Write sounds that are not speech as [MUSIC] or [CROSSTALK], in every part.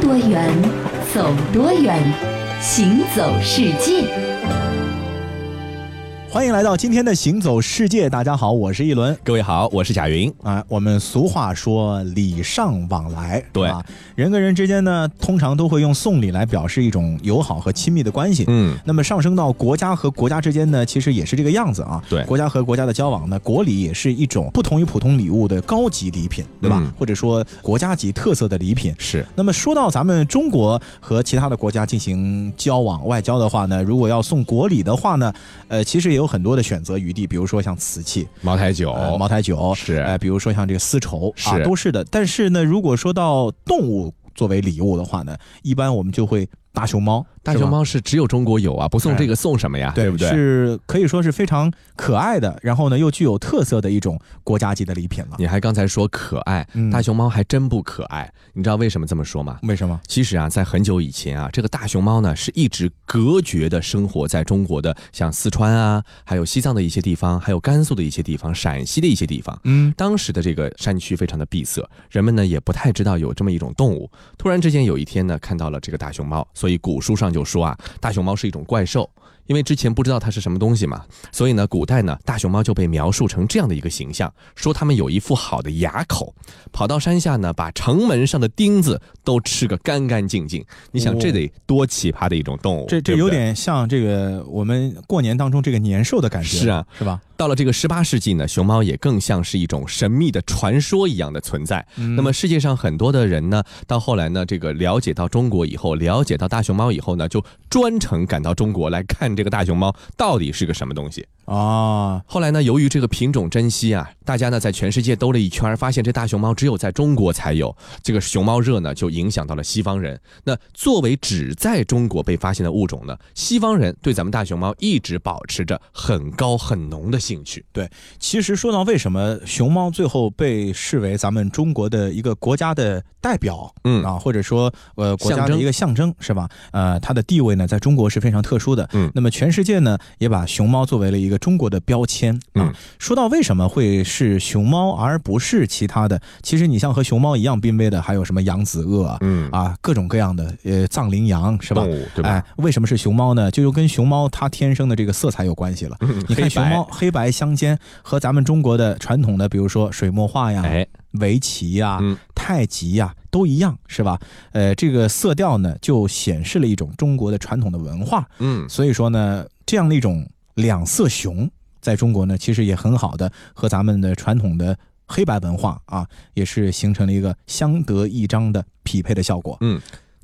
多远，走多远，行走世界。欢迎来到今天的《行走世界》，大家好，我是一轮各位好，我是贾云。啊。我们俗话说礼尚往来，对啊，人跟人之间呢，通常都会用送礼来表示一种友好和亲密的关系。嗯，那么上升到国家和国家之间呢，其实也是这个样子啊。对国家和国家的交往呢，国礼也是一种不同于普通礼物的高级礼品，对吧？嗯或者说国家级特色的礼品。是那么说到咱们中国和其他的国家进行交往外交的话呢，如果要送国礼的话呢，呃，其实也有很多的选择余地，比如说像瓷器、茅台酒，呃、茅台酒，哦是呃，比如说像这个丝绸啊，是都是的。但是呢，如果说到动物作为礼物的话呢，一般我们就会大熊猫，大是吧熊。猫是只有中国有啊，不送这个送什么呀？对不对？是可以说是非常可爱的，然后呢又具有特色的一种国家级的礼品了。你还刚才说可爱嗯，大熊猫还真不可爱。你知道为什么这么说吗？为什么？其实啊，在很久以前啊，这个大熊猫呢是一直隔绝的生活在中国的像四川啊，还有西藏的一些地方，还有甘肃的一些地方，陕西的一些地方。嗯，当时的这个山区非常的闭塞，人们呢也不太知道有这么一种动物。突然之间有一天呢，看到了这个大熊猫，所以古书上就说啊，大熊猫是一种怪兽。因为之前不知道它是什么东西嘛，所以呢，古代呢，大熊猫就被描述成这样的一个形象，说它们有一副好的牙口，跑到山下呢，把城门上的钉子都吃个干干净净。你想，哦这得多奇葩的一种动物，这这对不有对点像这个我们过年当中这个年兽的感觉，是啊，是吧？到了这个十八世纪呢，熊猫也更像是一种神秘的传说一样的存在。那么世界上很多的人呢，到后来呢，这个了解到中国以后，了解到大熊猫以后呢，就专程赶到中国来看这个大熊猫到底是个什么东西。啊，后来呢，由于这个品种珍稀啊，大家呢在全世界兜了一圈儿，发现这大熊猫只有在中国才有。这个熊猫热呢，就影响到了西方人。那作为只在中国被发现的物种呢，西方人对咱们大熊猫一直保持着很高很浓的兴趣。其实说到为什么熊猫最后被视为咱们中国的一个国家的代表，嗯啊，或者说呃国家象的征一个象征，是吧？呃，它的地位呢，在中国是非常特殊的。嗯那么全世界呢，也把熊猫作为了一个中国的标签。啊嗯，说到为什么会是熊猫而不是其他的，其实你像和熊猫一样濒危的，还有什么扬子鳄啊，嗯啊，各种各样的呃藏羚羊，是吧动？物对吧？ [LAUGHS] 哎，为什么是熊猫呢？就又跟熊猫它天生的这个色彩有关系了。你看黑白熊猫黑白相间，和咱们中国的传统的，比如说水墨画呀、哎，围棋呀、嗯太极呀，都一样，是吧？呃，这个色调呢，就显示了一种中国的传统的文化。嗯，所以说呢，这样的一种两色熊，在中国呢，其实也很好的和咱们的传统的黑白文化啊，也是形成了一个相得益彰的匹配的效果。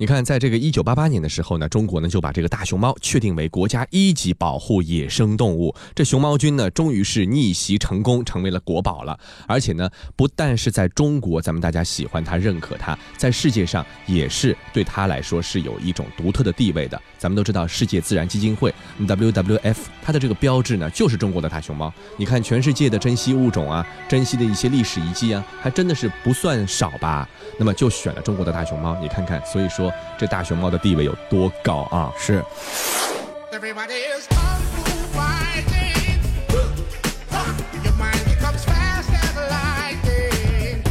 你看，在这个一九八八年的时候呢，中国呢就把这个大熊猫确定为国家一级保护野生动物。这熊猫君呢，终于是逆袭成功，成为了国宝了。而且呢，不但是在中国咱们大家喜欢它、认可它，在世界上也是对它来说是有一种独特的地位的。咱们都知道，世界自然基金会嗯 （WWF） 它的这个标志呢，就是中国的大熊猫。你看，全世界的珍稀物种啊，珍稀的一些历史遗迹啊，还真的是不算少吧。那么就选了中国的大熊猫，你看看，所以说这大熊猫的地位有多高啊！是。 Everybody is kung fu fighting. Your mind becomes fast as lightning.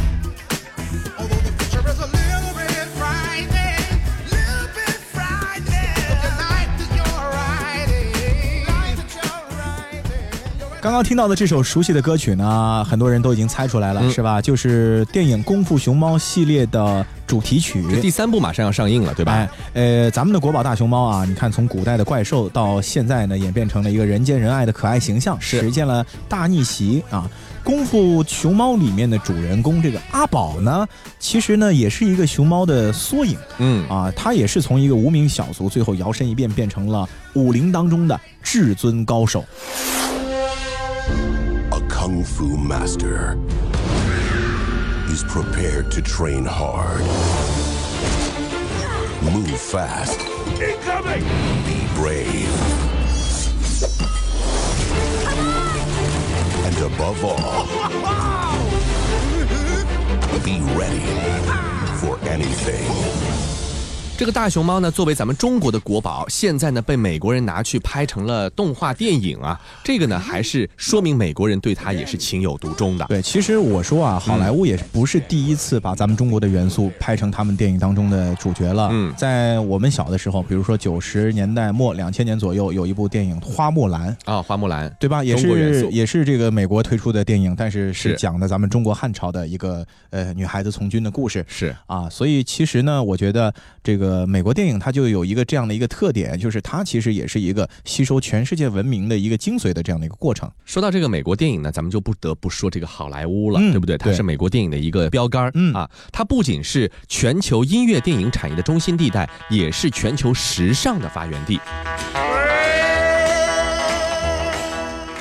Although the future is a little bit frightening, little bit frightening. But the life that you're riding, life that you're riding, you're 刚刚听到的这首熟悉的歌曲呢，很多人都已经猜出来了，嗯是吧？就是电影《功夫熊猫》系列的主题曲。这第三部马上要上映了，对吧？哎，呃，咱们的国宝大熊猫啊，你看从古代的怪兽到现在呢，演变成了一个人见人爱的可爱形象，是实现了大逆袭啊。功夫熊猫里面的主人公这个阿宝呢，其实呢也是一个熊猫的缩影嗯，啊，他也是从一个无名小卒，最后摇身一变变成了武林当中的至尊高手。 A kung fu master is prepared to train hard, move fast, be brave, and above all, be ready for anything. 这个大熊猫呢，作为咱们中国的国宝，现在呢被美国人拿去拍成了动画电影啊，这个呢还是说明美国人对它也是情有独钟的。对，其实我说啊，好莱坞也不是第一次把咱们中国的元素拍成他们电影当中的主角了。嗯在我们小的时候，比如说九十年代末、两千年左右，有一部电影《花木兰》，啊、花木兰，对吧？也中国元是素也是这个美国推出的电影，但是是是讲的咱们中国汉朝的一个呃女孩子从军的故事。是啊，所以其实呢，我觉得这个美国电影它就有一个这样的一个特点，就是它其实也是一个吸收全世界文明的一个精髓的这样的一个过程。说到这个美国电影呢，咱们就不得不说这个好莱坞了，嗯对不对？它对是美国电影的一个标杆儿、嗯啊，它不仅是全球音乐电影产业的中心地带，也是全球时尚的发源地。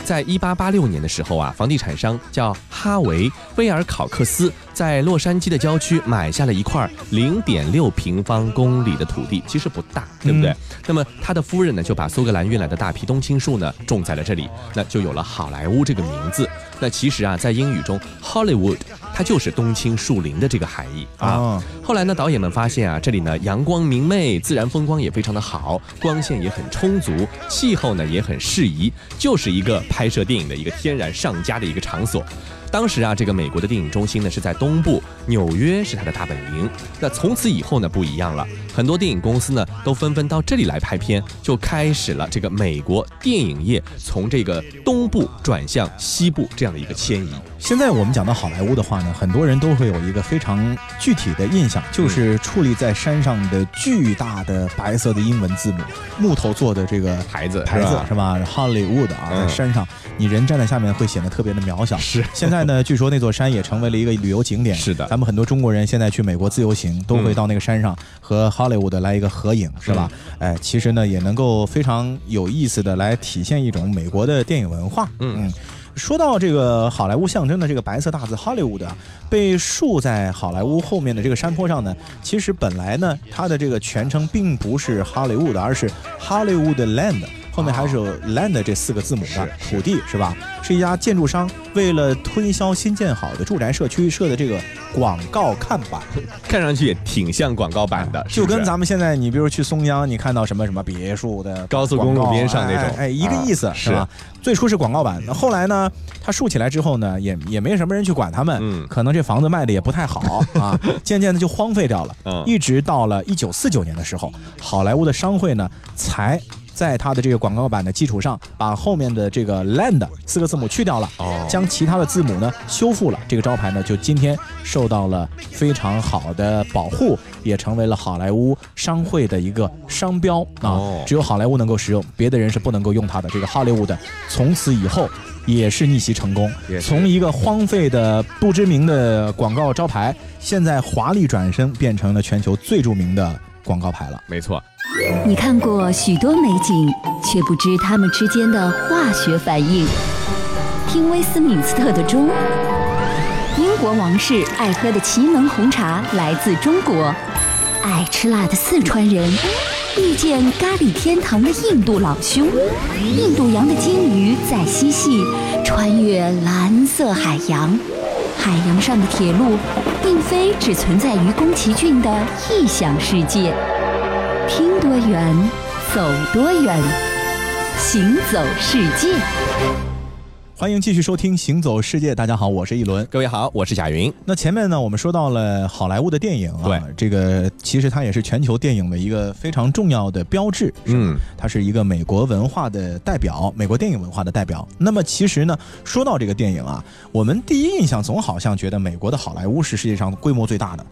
在一八八六年的时候啊，房地产商叫哈维·威尔考克斯在洛杉矶的郊区买下了一块零点六平方公里的土地，其实不大，对不对？嗯那么他的夫人呢，就把苏格兰运来的大批冬青树呢种在了这里，那就有了好莱坞这个名字。那其实啊，在英语中，Hollywood 它就是冬青树林的这个含义啊。哦后来呢，导演们发现啊，这里呢阳光明媚，自然风光也非常的好，光线也很充足，气候呢也很适宜，就是一个拍摄电影的一个天然上佳的一个场所。当时啊，这个美国的电影中心呢是在东部，纽约是它的大本营。那从此以后呢不一样了，很多电影公司呢都纷纷到这里来拍片，就开始了这个美国电影业从这个东部转向西部这样的一个迁移。现在我们讲到好莱坞的话呢，很多人都会有一个非常具体的印象，嗯就是矗立在山上的巨大的白色的英文字母，木头做的这个牌子牌是子吧是吧？Hollywood 啊，嗯在山上，你人站在下面会显得特别的渺小。是 [LAUGHS] 现在呢，据说那座山也成为了一个旅游景点。是的咱们很多中国人现在去美国自由行，都会嗯到那个山上和 Hollywood 来一个合影，是吧？嗯哎，其实呢，也能够非常有意思的来体现一种美国的电影文化。嗯说到这个好莱坞象征的这个白色大字 Hollywood 啊，被竖在好莱坞后面的这个山坡上呢，其实本来呢，它的这个全称并不是 Hollywood，而是 Hollywood Land。后面还是有 land 这四个字母的啊是土地是吧？是一家建筑商为了推销新建好的住宅社区设的这个广告看板，看上去也挺像广告版的，是就不是跟咱们现在你比如去松江，你看到什么什么别墅的高速公路广告啊边上那种哎，哎一个意思、啊嗯是吧？最初是广告版，那后来呢，它竖起来之后呢，也也没什么人去管他们，嗯可能这房子卖的也不太好 [LAUGHS] 啊，渐渐的就荒废掉了，嗯一直到了一九四九年的时候，好莱坞的商会呢才。在它的这个广告版的基础上，把后面的这个 land 四个字母去掉了，哦将其他的字母呢修复了。这个招牌呢，就今天受到了非常好的保护，也成为了好莱坞商会的一个商标啊。哦只有好莱坞能够使用，别的人是不能够用它的。这个好莱坞的从此以后也是逆袭成功也，是从一个荒废的不知名的广告招牌，现在华丽转身变成了全球最著名的广告牌了。没错。你看过许多美景，却不知它们之间的化学反应。听威斯敏斯特的钟，英国王室爱喝的奇能红茶来自中国，爱吃辣的四川人遇见咖喱天堂的印度老兄，印度洋的鲸鱼在嬉戏，穿越蓝色海洋。海洋上的铁路，并非只存在于宫崎骏的异想世界。听多远，走多远，行走世界。欢迎继续收听《行走世界》，大家好，我是一轮。各位好，我是贾云。那前面呢，我们说到了好莱坞的电影啊，对这个其实它也是全球电影的一个非常重要的标志，是吧嗯，它是一个美国文化的代表，美国电影文化的代表。那么其实呢，说到这个电影啊，我们第一印象总好像觉得美国的好莱坞是世界上规模最大的，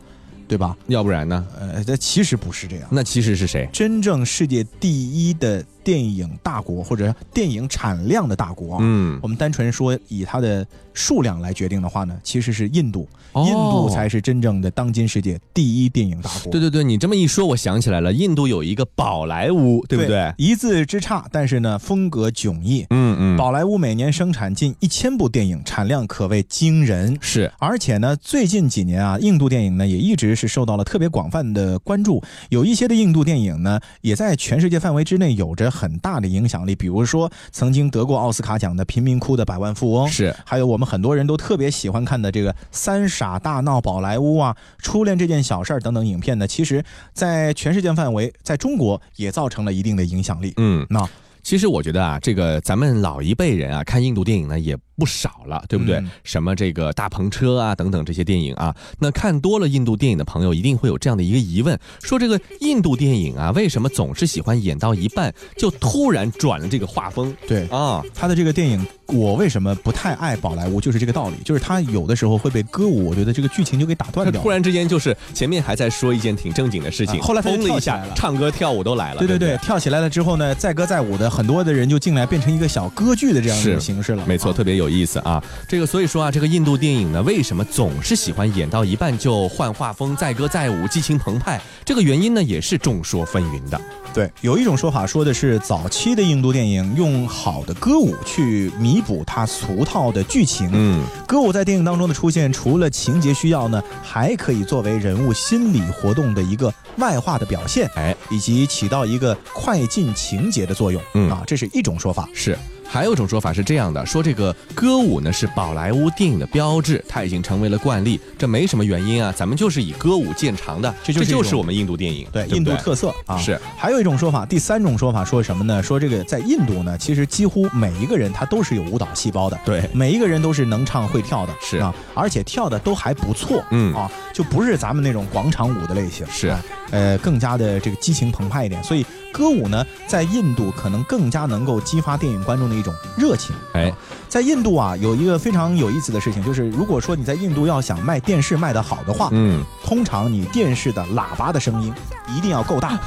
对吧？要不然呢？呃，但其实不是这样。那其实是谁？真正世界第一的电影大国或者电影产量的大国啊，嗯，我们单纯说以它的数量来决定的话呢，其实是印度，哦印度才是真正的当今世界第一电影大国。对对对，你这么一说，我想起来了，印度有一个宝莱坞，对不对？一字之差，但是呢，风格迥异。嗯嗯，宝莱坞每年生产近一千部电影，产量可谓惊人。是而且呢，最近几年啊，印度电影呢也一直是受到了特别广泛的关注。有一些的印度电影呢，也在全世界范围之内有着很大的影响力。比如说，曾经得过奥斯卡奖的《贫民窟的百万富翁》是还有我们很多人都特别喜欢看的这个《三傻大闹宝莱坞》啊，《初恋这件小事儿》等等影片呢，其实在全世界范围，在中国也造成了一定的影响力。嗯，那其实我觉得啊，这个咱们老一辈人啊，看印度电影呢也不少了，对不对？嗯什么这个大篷车啊等等这些电影啊，那看多了印度电影的朋友一定会有这样的一个疑问：说这个印度电影啊，为什么总是喜欢演到一半就突然转了这个画风对啊？他的这个电影，我为什么不太爱宝莱坞，就是这个道理，就是他有的时候会被歌舞，我觉得这个剧情就给打断他掉了。突然之间就是前面还在说一件挺正经的事情，啊后来他就疯了一跳起下来，了唱歌跳舞都来了。对对对对，跳起来了之后呢，载歌载舞的很多的人就进来，变成一个小歌剧的这样一是种形式了。没错，啊特别有意思啊。这个所以说啊，这个印度电影呢，为什么总是喜欢演到一半就换画风、载歌载舞、激情澎湃？这个原因呢，也是众说纷纭的。对，有一种说法说的是早期的印度电影用好的歌舞去弥补它俗套的剧情。嗯，歌舞在电影当中的出现，除了情节需要呢，还可以作为人物心理活动的一个外化的表现，哎，以及起到一个快进情节的作用。嗯啊，这是一种说法。是。还有一种说法是这样的，说这个歌舞呢是宝莱坞电影的标志，它已经成为了惯例，这没什么原因啊，咱们就是以歌舞见长的，这就是一种我们印度电影，对不印度特色啊，是。还有一种说法，第三种说法说什么呢？说这个在印度呢，其实几乎每一个人他都是有舞蹈细胞的，对每一个人都是能唱会跳的，是啊，而且跳的都还不错，嗯啊，就不是咱们那种广场舞的类型，是啊呃，更加的这个激情澎湃一点。所以歌舞呢，在印度可能更加能够激发电影观众的一种热情。哎啊，在印度啊，有一个非常有意思的事情，就是如果说你在印度要想卖电视卖得好的话，嗯，通常你电视的喇叭的声音一定要够 [LAUGHS] 大，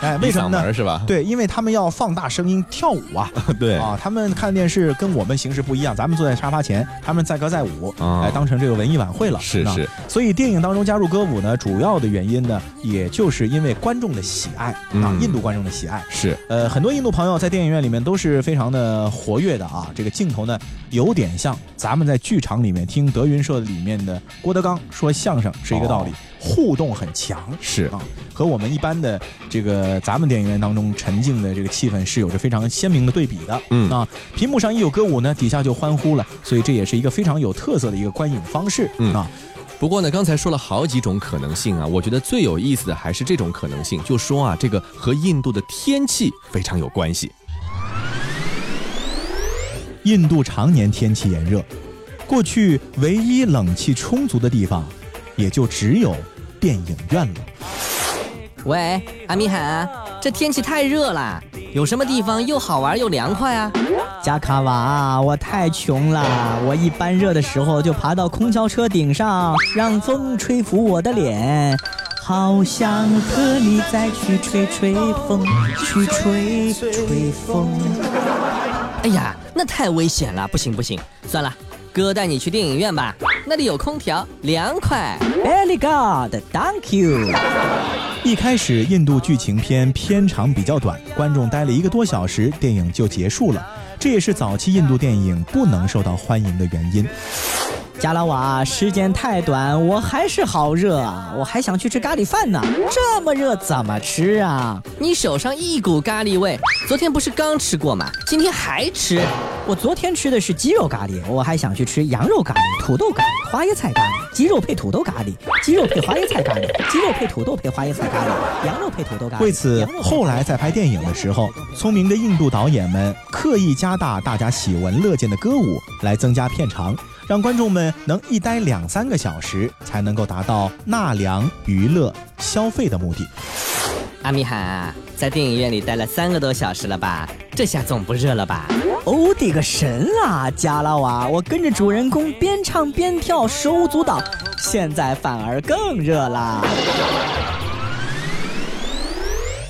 哎，为什么一嗓门呢儿？是吧？对，因为他们要放大声音跳舞啊， [LAUGHS] 对啊，他们看电视跟我们形式不一样，咱们坐在沙发前，他们载歌载舞，啊哎，当成这个文艺晚会了，是那是。所以电影当中加入歌舞呢，主要的原因呢，也就是因为观众的喜爱啊嗯，印度观众的喜爱。是，呃，很多印度朋友在电影院里面都是非常的活跃的啊，这个镜头呢有点像咱们在剧场里面听德云社里面的郭德纲说相声是一个道理，哦互动很强是啊，和我们一般的这个咱们电影院当中沉静的这个气氛是有着非常鲜明的对比的。嗯啊，屏幕上一有歌舞呢，底下就欢呼了，所以这也是一个非常有特色的一个观影方式、嗯啊。不过呢，刚才说了好几种可能性啊，我觉得最有意思的还是这种可能性，就说啊，这个和印度的天气非常有关系。印度常年天气炎热，过去唯一冷气充足的地方，也就只有电影院了。喂，阿米罕，这天气太热了，有什么地方又好玩又凉快啊？加卡瓦啊，我太穷了，我一般热的时候就爬到空调车顶上，让风吹拂我的脸。好想和你再去吹吹风，去吹吹风。哎呀，那太危险了，不行不行，算了，哥带你去电影院吧，那里有空调，凉快。 Very good, thank you。一开始，印度剧情片片长比较短，观众待了一个多小时，电影就结束了。这也是早期印度电影不能受到欢迎的原因。加拉瓦，时间太短，我还是好热啊！我还想去吃咖喱饭呢，这么热怎么吃啊？你手上一股咖喱味，昨天不是刚吃过吗？今天还吃？我昨天吃的是鸡肉咖喱，我还想去吃羊肉咖喱、土豆咖喱、花椰菜咖喱、鸡肉配土豆咖喱、鸡肉配花椰菜咖喱、鸡肉配土豆配花椰菜咖喱、羊肉配土豆咖喱。为此羊肉，配后来在拍电影的时候，聪明的印度导演们刻意加大大家喜闻乐见的歌舞，来增加片长，让观众们能一待两三个小时，才能够达到纳凉、娱乐、消费的目的。阿米罕，在电影院里待了三个多小时了吧？这下总不热了吧？哦，的个神啊，加拉瓦！我跟着主人公边唱边跳，手舞足蹈，现在反而更热啦。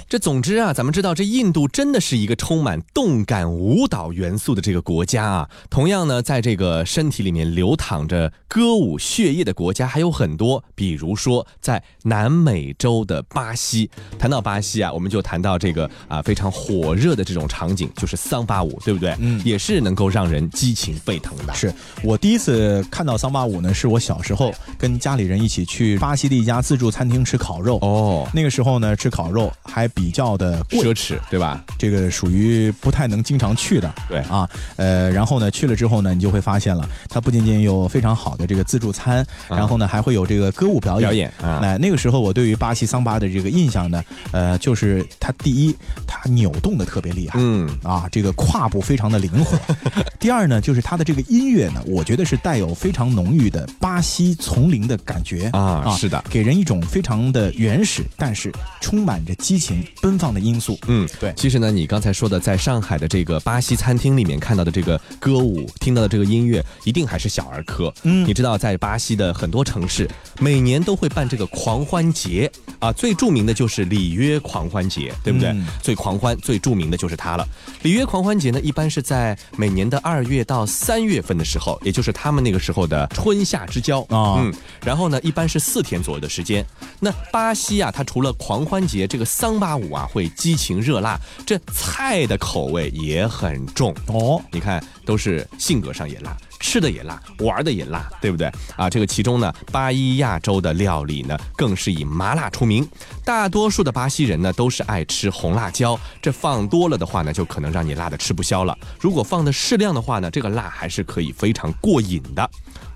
这总之啊，咱们知道这印度真的是一个充满动感舞蹈元素的这个国家啊。同样呢，在这个身体里面流淌着歌舞血液的国家还有很多，比如说在南美洲的巴西。谈到巴西啊，我们就谈到这个啊非常火热的这种场景，就是桑巴舞，对不对？嗯也是能够让人激情沸腾的。是我第一次看到桑巴舞呢，是我小时候跟家里人一起去巴西的一家自助餐厅吃烤肉。哦，那个时候呢，吃烤肉还比比较的贵，奢侈对吧？这个属于不太能经常去的，对啊，呃，然后呢，去了之后呢，你就会发现了，它不仅仅有非常好的这个自助餐，啊然后呢，还会有这个歌舞表演。表演啊那、那个时候我对于巴西桑巴的这个印象呢，呃，就是它第一，它扭动的特别厉害。嗯，啊，这个胯部非常的灵 [LAUGHS] 活。第二呢，就是它的这个音乐呢，我觉得是带有非常浓郁的巴西丛林的感觉啊是的给人一种非常的原始，但是充满着激情奔放的因素。嗯，对其实呢，你刚才说的，在上海的这个巴西餐厅里面看到的这个歌舞，听到的这个音乐，一定还是小儿科。嗯你知道，在巴西的很多城市，每年都会办这个狂欢节啊，最著名的就是里约狂欢节，对不对？嗯最狂欢、最著名的就是它了。里约狂欢节呢，一般是在每年的二月到三月份的时候，也就是他们那个时候的春夏之交啊嗯，然后呢，一般是四天左右的时间。那巴西啊，它除了狂欢节这个桑巴舞啊会激情热辣，这菜的口味也很重。哦，你看，都是性格上也辣，吃的也辣，玩的也辣，对不对？啊，这个其中呢，巴伊亚州的料理呢，更是以麻辣出名。大多数的巴西人呢，都是爱吃红辣椒，这放多了的话呢，就可能让你辣的吃不消了。如果放的适量的话呢，这个辣还是可以非常过瘾的。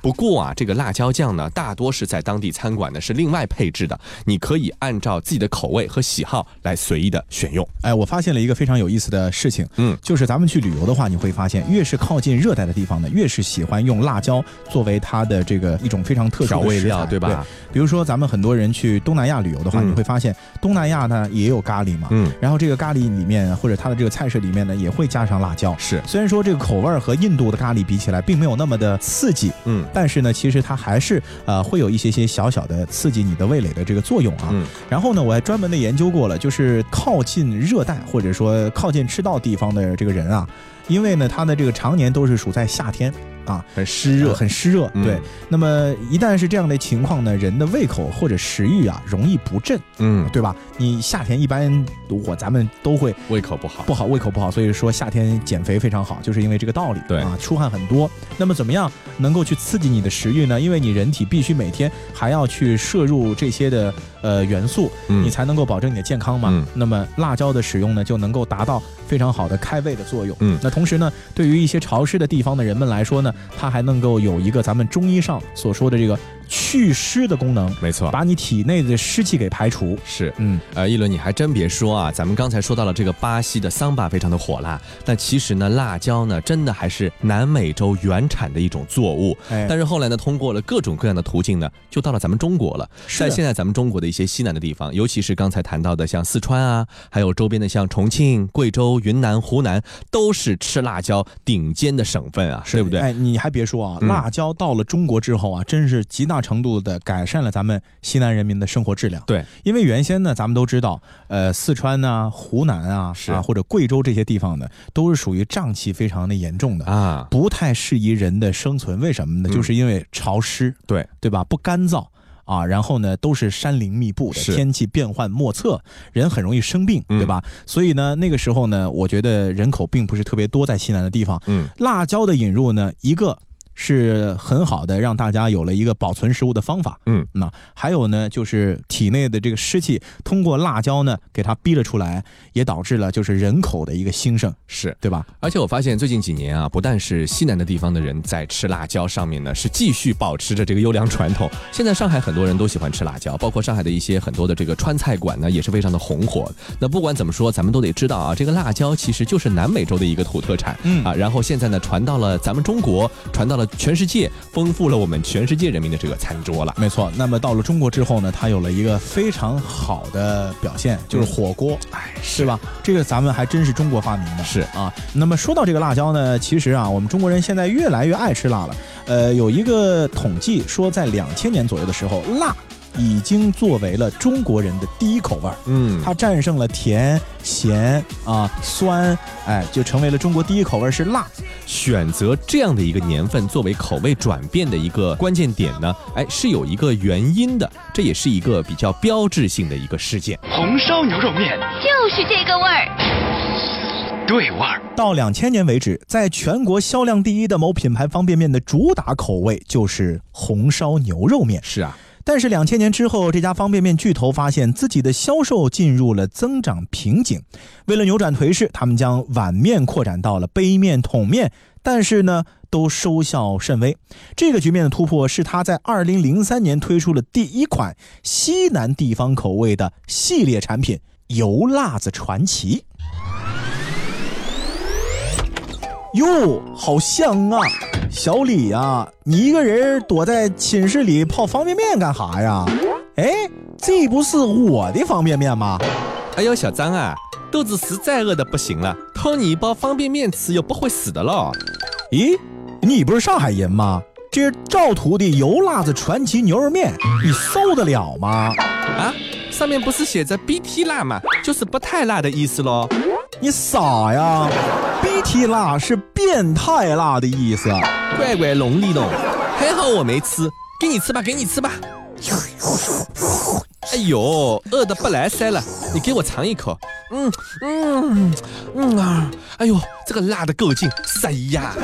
不过啊，这个辣椒酱呢，大多是在当地餐馆呢是另外配置的，你可以按照自己的口味和喜好来随意的选用。哎，我发现了一个非常有意思的事情，嗯就是咱们去旅游的话，你会发现，越是靠近热带的地方呢，越是喜欢用辣椒作为它的这个一种非常特殊调的味食料材对吧比如说，咱们很多人去东南亚旅游的话，嗯你会发现东南亚呢也有咖喱嘛，嗯，然后这个咖喱里面或者它的这个菜式里面呢也会加上辣椒。是，虽然说这个口味儿和印度的咖喱比起来，并没有那么的刺激，嗯。但是呢，其实它还是呃会有一些些小小的刺激你的味蕾的这个作用啊。嗯然后呢，我还专门的研究过了，就是靠近热带或者说靠近赤道地方的这个人啊，因为呢，他的这个常年都是处在夏天啊，很湿热很湿热。嗯对，那么一旦是这样的情况呢，人的胃口或者食欲啊容易不振，嗯，对吧？你夏天一般我咱们都会胃口不好，不好，胃口不好，所以说夏天减肥非常好，就是因为这个道理。对啊，出汗很多。那么怎么样能够去刺激你的食欲呢？因为你人体必须每天还要去摄入这些的呃元素，嗯你才能够保证你的健康嘛。嗯那么辣椒的使用呢，就能够达到非常好的开胃的作用。嗯那同时呢，对于一些潮湿的地方的人们来说呢，它还能够有一个咱们中医上所说的这个祛湿的功能，没错，把你体内的湿气给排除。是。嗯，呃，一轮你还真别说啊，咱们刚才说到了这个巴西的桑巴非常的火辣，但其实呢，辣椒呢真的还是南美洲原产的一种作物。哎但是后来呢，通过了各种各样的途径呢，就到了咱们中国了。是在现在咱们中国的一些西南的地方，尤其是刚才谈到的像四川啊，还有周边的像重庆、贵州、云南、湖南，都是吃辣椒顶尖的省份啊，对不对？哎，你还别说啊，嗯辣椒到了中国之后啊，真是极大程度的改善了咱们西南人民的生活质量。对，因为原先呢，咱们都知道，呃，四川呐、湖南啊，是啊或者贵州这些地方呢，都是属于瘴气非常的严重的，啊，不太适宜人的生存。为什么呢？嗯就是因为潮湿，对，对吧？不干燥。啊，然后呢，都是山林密布的，是天气变幻莫测，人很容易生病，嗯对吧？所以呢，那个时候呢，我觉得人口并不是特别多，在西南的地方，嗯，辣椒的引入呢，一个是很好的让大家有了一个保存食物的方法，嗯，那还有呢，就是体内的这个湿气通过辣椒呢给它逼了出来，也导致了就是人口的一个兴盛，是。对吧？而且我发现最近几年啊，不但是西南的地方的人在吃辣椒上面呢，是继续保持着这个优良传统。现在上海很多人都喜欢吃辣椒，包括上海的一些很多的这个川菜馆呢，也是非常的红火。那不管怎么说，咱们都得知道啊，这个辣椒其实就是南美洲的一个土特产，嗯啊，然后现在呢传到了咱们中国，传到了全世界，丰富了我们全世界人民的这个餐桌了。没错。那么到了中国之后呢，它有了一个非常好的表现，就是火锅，哎，是吧？这个咱们还真是中国发明的，是啊。那么说到这个辣椒呢，其实啊，我们中国人现在越来越爱吃辣了。呃，有一个统计说，在两千年左右的时候，辣已经作为了中国人的第一口味儿。嗯，它战胜了甜、咸啊、酸，哎，就成为了中国第一口味儿是辣。选择这样的一个年份作为口味转变的一个关键点呢，哎，是有一个原因的，这也是一个比较标志性的一个事件。红烧牛肉面就是这个味儿。对味儿，到两千年为止，在全国销量第一的某品牌方便面的主打口味就是红烧牛肉面。是啊，但是两千年之后，这家方便面巨头发现自己的销售进入了增长瓶颈。为了扭转颓势，他们将碗面扩展到了杯面、桶面，但是呢，都收效甚微。这个局面的突破是他在二零零三年推出了第一款西南地方口味的系列产品——油辣子传奇。哟，好香啊！小李呀、你一个人躲在寝室里泡方便面干啥呀？哎，这不是我的方便面吗？哎呦，小张啊，肚子实在饿的不行了，偷你一包方便面吃又不会死的喽。咦，你不是上海人吗？这是赵徒弟油辣子传奇牛肉面，你受得了吗？啊，上面不是写着 BT 辣吗？就是不太辣的意思喽。你傻呀！BT 辣是变态辣的意思。乖乖龙利龙，还好我没吃，给你吃吧，给你吃吧。哎呦，饿得不来塞了，你给我尝一口。嗯嗯嗯啊，哎呦，这个辣的够劲，塞呀！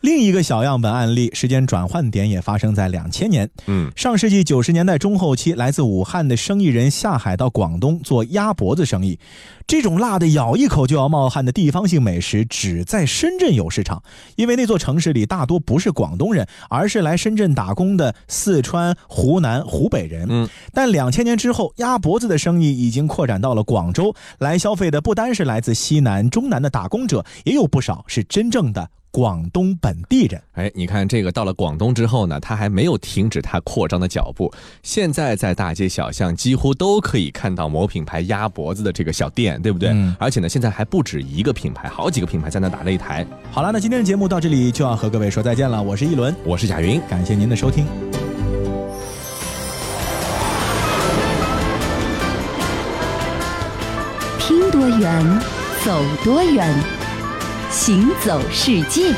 另一个小样本案例，时间转换点也发生在两千年。嗯，上世纪九十年代中后期，来自武汉的生意人下海到广东做鸭脖子生意。这种辣的咬一口就要冒汗的地方性美食，只在深圳有市场，因为那座城市里大多不是广东人，而是来深圳打工的四川、湖南、湖北人。嗯，但两千年之后，鸭脖子的生意已经扩展到了广州，来消费的不单是来自西南、中南的打工者，也有不少是真正的广东本地人。哎，你看这个到了广东之后呢，它还没有停止它扩张的脚步。现在在大街小巷几乎都可以看到某品牌鸭脖子的这个小店，对不对？嗯而且呢，现在还不止一个品牌，好几个品牌在那打擂台。好了，那今天的节目到这里就要和各位说再见了。我是一轮，我是贾云，感谢您的收听。拼多远，走多远，行走世界。